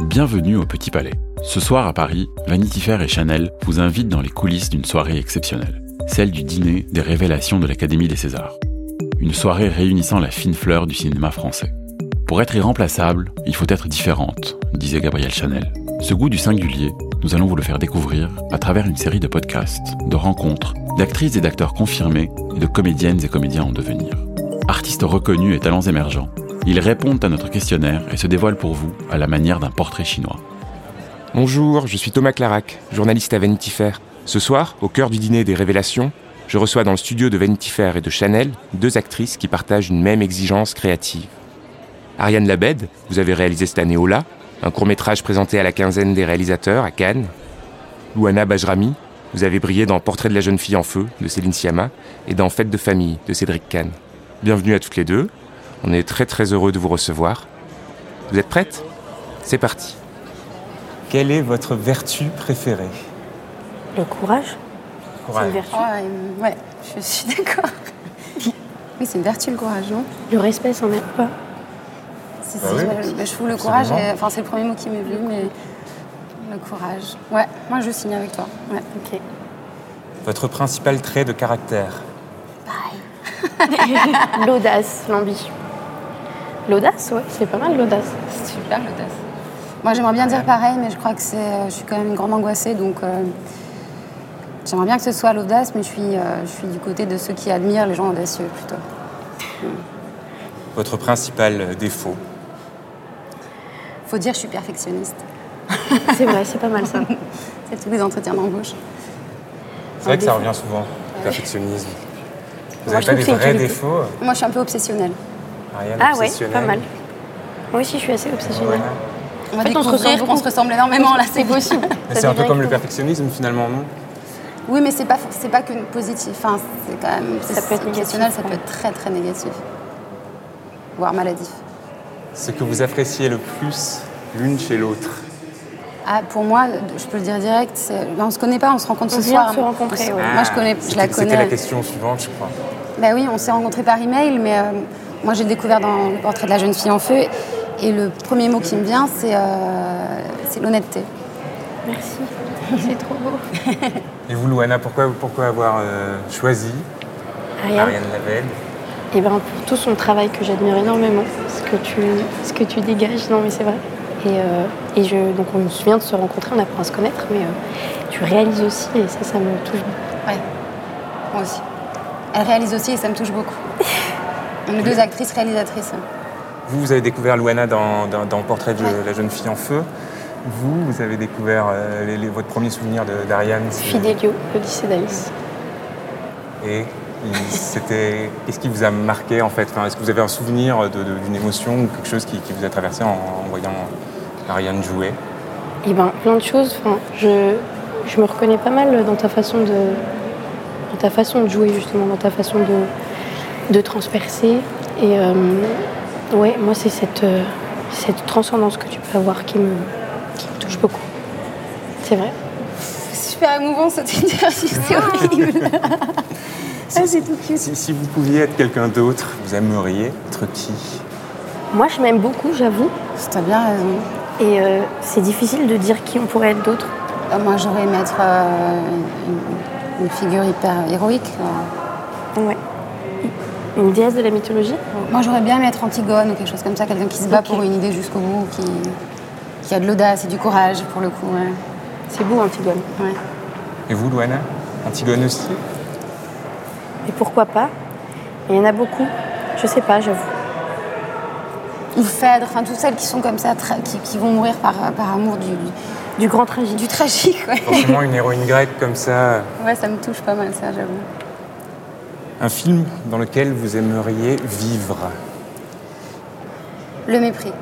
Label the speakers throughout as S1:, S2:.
S1: Bienvenue au Petit Palais. Ce soir à Paris, Vanity Fair et Chanel vous invitent dans les coulisses d'une soirée exceptionnelle, celle du dîner des révélations de l'Académie des Césars. Une soirée réunissant la fine fleur du cinéma français. Pour être irremplaçable, il faut être différente, disait Gabrielle Chanel. Ce goût du singulier, nous allons vous le faire découvrir à travers une série de podcasts, de rencontres, d'actrices et d'acteurs confirmés et de comédiennes et comédiens en devenir. Artistes reconnus et talents émergents, ils répondent à notre questionnaire et se dévoilent pour vous à la manière d'un portrait chinois.
S2: Bonjour, je suis Thomas Clarac, journaliste à Vanity Fair. Ce soir, au cœur du dîner des révélations, je reçois dans le studio de Vanity Fair et de Chanel deux actrices qui partagent une même exigence créative. Ariane Labed, vous avez réalisé cette année Ola, un court-métrage présenté à la quinzaine des réalisateurs à Cannes. Louana Bajrami, vous avez brillé dans Portrait de la jeune fille en feu de Céline Sciamma et dans Fête de famille de Cédric Kahn. Bienvenue à toutes les deux. On est très très heureux de vous recevoir. Vous êtes prêtes C'est parti.
S3: Quelle est votre vertu préférée
S4: Le courage, c'est une vertu.
S5: Ouais, Ah, ouais, je suis d'accord. Oui, c'est une vertu le courage, non
S4: Le respect, c'en est pas.
S5: Si, si,
S2: oui,
S5: je, bah, je trouve le courage,
S2: absolument.
S5: est- enfin c'est le premier mot qui m'est venu, mais le courage. Ouais, moi je signe avec toi. Ouais.
S4: Ok.
S3: Votre principal trait de caractère
S4: L'audace, l'ambition. L'audace, ouais, c'est pas mal l'audace.
S5: C'est super l'audace. Moi j'aimerais bien dire pareil, mais je crois que c'est, euh, je suis quand même une grande angoissée, donc euh, j'aimerais bien que ce soit l'audace, mais je suis, euh, je suis du côté de ceux qui admirent les gens audacieux plutôt.
S3: Votre principal euh, défaut
S5: Faut dire je suis perfectionniste.
S4: C'est vrai, c'est pas mal ça.
S5: C'est tous les entretiens d'embauche.
S3: C'est vrai que ça revient souvent, le perfectionnisme. Vous
S4: Moi,
S3: n'avez
S4: je
S3: pas des
S4: trouve que c'est une
S3: vrais
S4: qualité.
S3: défauts,
S5: Moi je suis un peu obsessionnelle.
S3: Ariane
S4: Ah ouais,
S3: obsessionnelle.
S4: pas mal. Moi aussi, je suis assez obsessionnelle.
S3: Voilà.
S5: On va
S4: fait, on se
S5: découvrir
S4: ressemble
S5: qu'on se
S4: beaucoup.
S5: ressemble énormément là, c'est
S4: possible.
S3: Mais
S4: Ça
S3: c'est un peu
S4: devient
S3: comme le
S4: cool.
S3: perfectionnisme finalement, non
S5: Oui, mais c'est pas c'est pas que positif. Enfin, c'est quand même
S4: Ça
S5: c'est-
S4: peut être
S5: c'est
S4: négatif,
S5: occasionnel, ça
S4: ouais.
S5: peut être très très négatif, voire maladif.
S3: Ce que vous appréciez le plus l'une chez l'autre
S5: Ah, pour moi, je peux le dire direct. c'est- ben, on se connaît pas, on se rencontre
S4: On
S5: ce
S4: vient
S5: soir.
S4: de se rencontrer,
S5: On se-
S4: ouais.
S5: Moi, je connais, je la
S3: Ah, C'était- C'était la
S5: connais.
S3: question suivante, je crois.
S5: Ben oui, on s'est rencontrés par email, mais euh, moi, j'ai découvert dans le portrait de la jeune fille en feu, et le premier mot qui me vient, c'est euh, c'est l'honnêteté.
S4: Merci, c'est trop beau.
S3: Et vous, Louana, pourquoi, pourquoi avoir euh, choisi
S4: Ariane,
S3: Ariane Lavelle
S4: et ben pour tout son travail que j'admire énormément, ce que tu, ce que tu dégages, non mais c'est vrai. Et, euh, et je, donc on se vient de se rencontrer, on apprend à se connaître, mais euh, tu réalises aussi et ça, ça me touche.
S5: Ouais, moi aussi. Elle réalise aussi, et ça me touche beaucoup. on est deux actrices réalisatrices.
S3: Vous, vous avez découvert Louana dans, dans- dans Portrait de
S5: Ouais.
S3: la jeune fille en feu. Vous, vous avez découvert euh, les- les- votre premier souvenir de- d'Ariane. c'est-
S4: Fidelio, le lycée d'Alice.
S3: Et il- c'était. Qu'est-ce qui vous a marqué en fait Enfin, Est-ce que vous avez un souvenir de- de- d'une émotion ou quelque chose qui, qui vous a traversé en, en voyant Ariane jouer
S4: Eh ben, plein de choses. Enfin, je, je me reconnais pas mal dans ta façon de, dans ta façon de jouer justement, dans ta façon de, de transpercer. Et euh, ouais, moi c'est cette, euh, cette transcendance que tu peux avoir qui me, qui me touche beaucoup. C'est vrai.
S5: Super émouvant cette interview, c'est horrible. ah, c'est tout cute.
S3: si, si vous pouviez être quelqu'un d'autre, vous aimeriez être qui
S4: Moi je m'aime beaucoup, j'avoue.
S5: T'as bien raison.
S4: Et euh, c'est difficile de dire qui on pourrait être d'autre.
S5: Euh, Moi, j'aurais aimé être euh, une, une figure hyper héroïque. euh.
S4: Ouais. Une déesse de la mythologie.
S5: Moi, j'aurais bien aimé être Antigone ou quelque chose comme ça, quelqu'un qui se bat
S4: Ok.
S5: pour une idée jusqu'au bout, qui, qui a de l'audace et du courage pour le coup. ouais.
S4: C'est beau hein, Antigone.
S5: Ouais.
S3: Et vous, Louana Antigone aussi
S4: Et pourquoi pas Il y en a beaucoup. Je sais pas, j'avoue.
S5: Ou Phèdre, enfin, toutes celles qui sont comme ça, tra- qui, qui vont mourir par, par amour du,
S4: Du grand tragique.
S5: du tragique. Ouais.
S3: Forcément, une héroïne grecque comme ça.
S5: ouais, ça me touche pas mal, ça, j'avoue.
S3: Un film dans lequel vous aimeriez vivre
S5: Le mépris.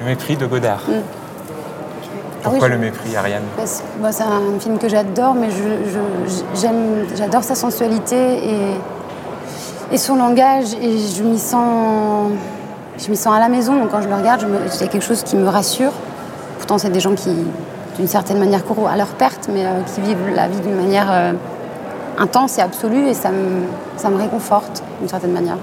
S3: Le mépris de Godard.
S4: Mm.
S5: Ah oui,
S3: Pourquoi
S5: je-
S3: le mépris, Ariane
S5: Parce que, bon, c'est un film que j'adore, mais je- je- j'aime, j'adore sa sensualité et, et son langage. Et je m'y sens, je m'y sens à la maison. Donc quand je le regarde, je me- il y a quelque chose qui me rassure. Pourtant, c'est des gens qui, d'une certaine manière, courent à leur perte, mais euh, qui vivent la vie d'une manière euh, intense et absolue. Et ça me, ça me réconforte, d'une certaine manière.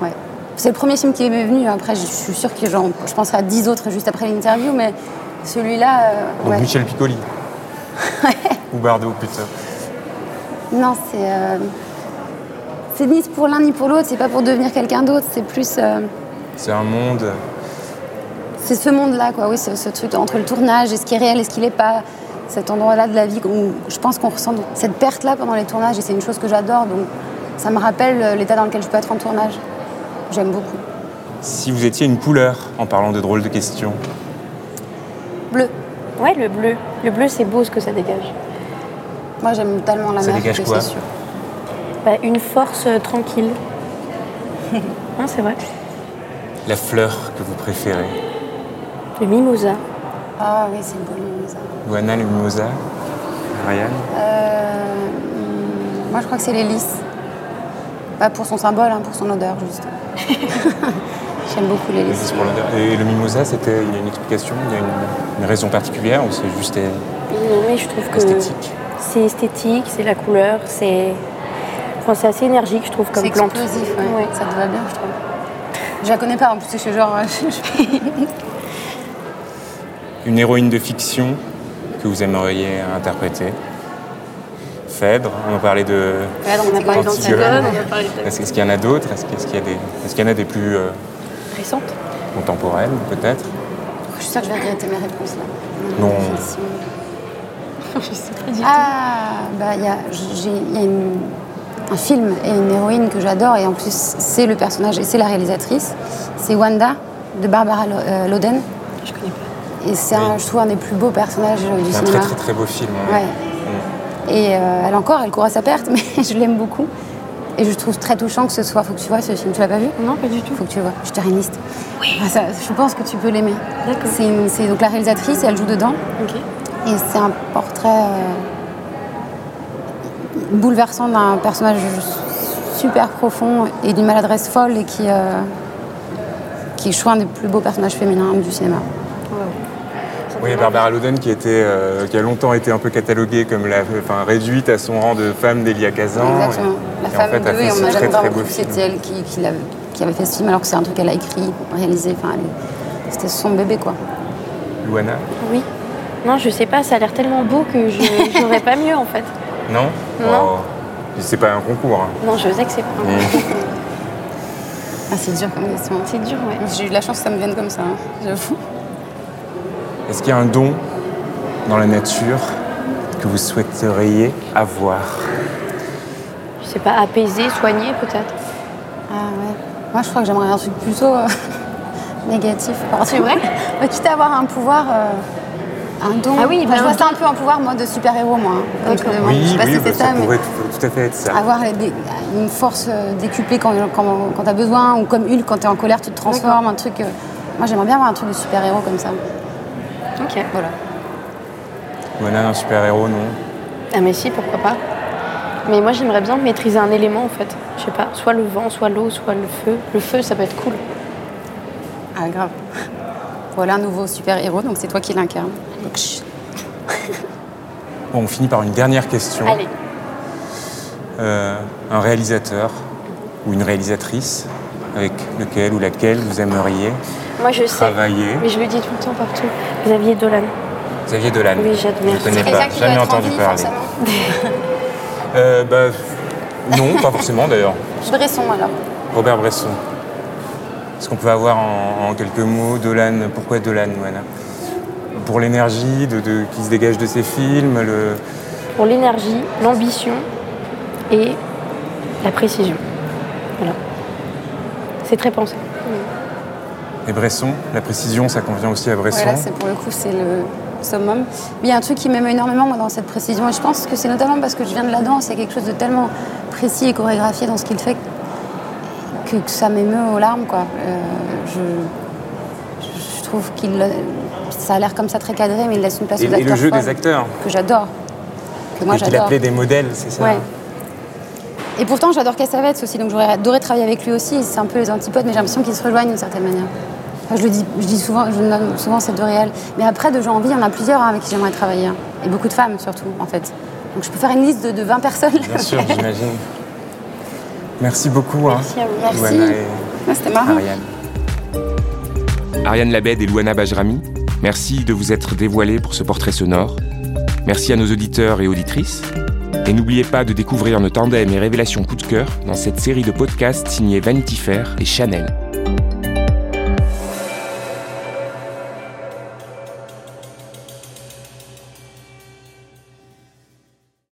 S5: Ouais. C'est le premier film qui m'est venu. Après, je suis sûre que j'en- je penserai à 10 autres juste après l'interview, mais celui-là. euh,
S3: Donc
S5: ouais.
S3: Michel Piccoli. Ou Bardot, plutôt.
S5: Non, c'est. euh, c'est ni pour l'un ni pour l'autre, c'est pas pour devenir quelqu'un d'autre, c'est plus. euh,
S3: C'est un monde.
S5: c'est ce monde-là, quoi. Oui, ce, ce truc entre le tournage et ce qui est réel et ce qui l'est pas. Cet endroit-là de la vie où je pense qu'on ressent cette perte-là pendant les tournages et c'est une chose que j'adore. Donc ça me rappelle euh, l'état dans lequel je peux être en tournage. J'aime beaucoup.
S3: Si vous étiez une couleur, en parlant de drôles de questions,
S5: Bleu.
S4: Ouais, le bleu. Le bleu, c'est beau ce que ça dégage.
S5: Moi, j'aime tellement la
S3: Ça
S5: mer
S3: dégage
S5: que
S3: quoi
S5: c'est sûr.
S4: Bah, une force euh, tranquille. non, c'est vrai.
S3: la fleur que vous préférez,
S4: Le mimosa.
S5: Ah oui, c'est beau, le mimosa.
S3: ou Anna le Mimosa, Ariane,
S5: Euh, hum, moi, je crois que c'est l'hélice. Pas pour son symbole, hein, pour son odeur, juste. J'aime beaucoup
S3: Mais
S5: l'hélice.
S3: c'est pour l'odeur. Et le Mimosa, c'était, il y a une explication, il y a une, une raison particulière ou c'est juste euh,
S4: Non, mais je trouve que
S3: esthétique
S4: c'est esthétique, c'est la couleur, c'est. Enfin, c'est assez énergique, je trouve,
S5: C'est
S4: comme plante.
S5: explosif, ouais.
S4: Ouais.
S5: ça te va bien, je trouve. Je la connais pas, en plus, je suis genre...
S3: Une héroïne de fiction que vous aimeriez interpréter Phèdre, on a parlé de.
S4: on a parlé
S3: Antigone.
S4: d'Antigone, on a parlé de.
S3: Est-ce est-ce qu'il y en a d'autres Est-ce qu'il est-ce qu'il y, a des- est-ce qu'il y en a des plus euh,
S4: Récente.
S3: contemporaines, peut-être
S5: Je suis sûre que je vais regretter mes réponses là.
S3: Non.
S4: Je sais pas du
S5: Ah, bah il y a, j'ai- il y a une- un film et une héroïne que j'adore et en plus c'est le personnage et c'est la réalisatrice. C'est Wanda de Barbara Lo- euh, Loden
S4: tout. Je connais pas.
S5: et c'est un,
S3: Oui.
S5: je trouve un des plus beaux personnages euh, du
S3: C'est un
S5: cinéma.
S3: très très très beau film. hein.
S5: Ouais. Et euh, elle encore, elle court à sa perte, mais je l'aime beaucoup. Et je trouve très touchant que ce soit. Faut que tu vois ce film, tu l'as pas vu
S4: Non, pas du tout.
S5: Faut que tu le vois, je te réaliste. je pense que tu peux l'aimer.
S4: D'accord.
S5: C'est une- C'est donc la réalisatrice, et elle joue dedans.
S4: Ok.
S5: Et c'est un portrait euh, bouleversant d'un personnage super profond et d'une maladresse folle et qui, euh, qui est, je trouve, un des plus beaux personnages féminins du cinéma.
S3: Oui, Barbara Loden qui, était, euh, qui a longtemps été un peu cataloguée comme la, enfin, réduite à son rang de femme d'Elia Kazan.
S5: Exactement.
S3: Et-
S5: La
S3: et
S5: femme
S3: en fait, a
S5: bleue,
S3: fait
S5: et
S3: ce
S5: on n'a
S3: très,
S5: jamais
S3: très
S5: vraiment
S3: beau
S5: cru que c'était
S3: film.
S5: elle qui, qui l'avait- qui avait fait ce film, alors que c'est un truc qu'elle a écrit, réalisé. Enfin, elle- c'était son bébé, quoi.
S3: euh, Luana
S4: Oui. Non, je sais pas, ça a l'air tellement beau que je j'aurais pas mieux en fait.
S3: Non
S4: Non.
S3: Oh. C'est pas un concours. hein.
S4: Non, je sais que c'est pas.
S3: Mm.
S5: Ah, c'est dur comme question.
S4: C'est dur, ouais.
S5: J'ai eu de la chance que ça me vienne comme ça, hein, j'avoue.
S3: Est-ce qu'il y a un don dans la nature que vous souhaiteriez avoir
S4: Je sais pas, apaiser, soigner peut-être.
S5: Ah ouais. Moi, je crois que j'aimerais un truc plutôt euh, négatif. pardon.
S4: C'est vrai
S5: Bah, Quitte à avoir un pouvoir, euh, un don.
S4: Ah oui,
S5: Enfin,
S4: bah,
S5: je
S4: un
S5: vois ça un peu en pouvoir, moi, de super-héros, moi. hein, comme
S4: D'accord.
S5: je te demande. je sais pas
S3: oui,
S5: si
S3: bah,
S5: c'est
S3: ça,
S5: ça, mais Ah.
S3: pourrait tout, tout à fait être ça.
S5: avoir les- des- une force euh, décuplée quand, quand, quand t'as besoin, ou comme Hulk, quand t'es en colère, tu te transformes, un truc... euh, moi, j'aimerais bien avoir un truc de super-héros comme ça.
S4: Ok.
S5: Voilà.
S3: Luana, un super-héros, non
S4: Ah mais si, pourquoi pas. Mais moi j'aimerais bien maîtriser un élément en fait. Je sais pas, soit le vent, soit l'eau, soit le feu. Le feu, ça peut être cool.
S5: Ah, grave. Voilà un nouveau super-héros, donc c'est toi qui l'incarne. Donc, chut.
S3: Bon, on finit par une dernière question.
S4: Allez.
S3: Euh, un réalisateur ou une réalisatrice avec lequel ou laquelle vous aimeriez
S4: Moi je sais.
S3: travailler
S4: Mais je le dis tout le temps partout. Xavier Dolan.
S3: Xavier Dolan.
S4: Oui, j'admire.
S3: Je connais
S5: C'est
S3: pas,
S5: quelqu'un qui doit
S3: jamais
S5: être en
S3: entendu
S5: vie,
S3: parler.
S5: forcément.
S3: Euh, bah, non, pas forcément d'ailleurs.
S5: Bresson, alors.
S3: Robert Bresson. Est-ce qu'on peut avoir en, en quelques mots Dolan Pourquoi Dolan, Moana Pour l'énergie de, de- qui se dégage de ses films, le,
S4: Pour l'énergie, l'ambition et la précision. Voilà. C'est très pensé.
S3: et Bresson, la précision, ça convient aussi à Bresson.
S5: Ouais, là, c'est pour le coup, c'est le summum. Mais il y a un truc qui m'aime énormément, moi, dans cette précision. Et je pense que c'est notamment parce que je viens de la danse. Il y a quelque chose de tellement précis et chorégraphié dans ce qu'il fait que, que ça m'émeut aux larmes, quoi. Euh, je, je trouve qu'il... le- Ça a l'air comme ça très cadré, mais il laisse une place
S3: et,
S5: aux
S3: et le
S5: acteurs
S3: jeu des
S5: folles,
S3: acteurs,
S5: que j'adore. Que moi,
S3: et qu'il
S5: j'adore.
S3: appelait des modèles, c'est ça
S5: Ouais. Et pourtant, j'adore Cassavetes aussi, donc j'aurais adoré travailler avec lui aussi. C'est un peu les antipodes, mais j'ai l'impression qu'ils se rejoignent d'une certaine manière. Enfin, je le dis, je dis souvent, je nomme souvent ces deux réels. Mais après, de gens en vie, il y en a plusieurs hein, avec qui j'aimerais travailler. hein. Et beaucoup de femmes, surtout, en fait. Donc je peux faire une liste de, de 20 personnes.
S3: Bien sûr, j'imagine. Merci beaucoup, hein,
S4: Merci à vous.
S5: Merci.
S3: Moana et
S5: Ah, C'était marrant.
S3: Ariane.
S2: Ariane Labed et Louana Bajrami, merci de vous être dévoilés pour ce portrait sonore. Merci à nos auditeurs et auditrices. Et n'oubliez pas de découvrir nos tandems et révélations coup de cœur dans cette série de podcasts signés Vanity Fair et Chanel.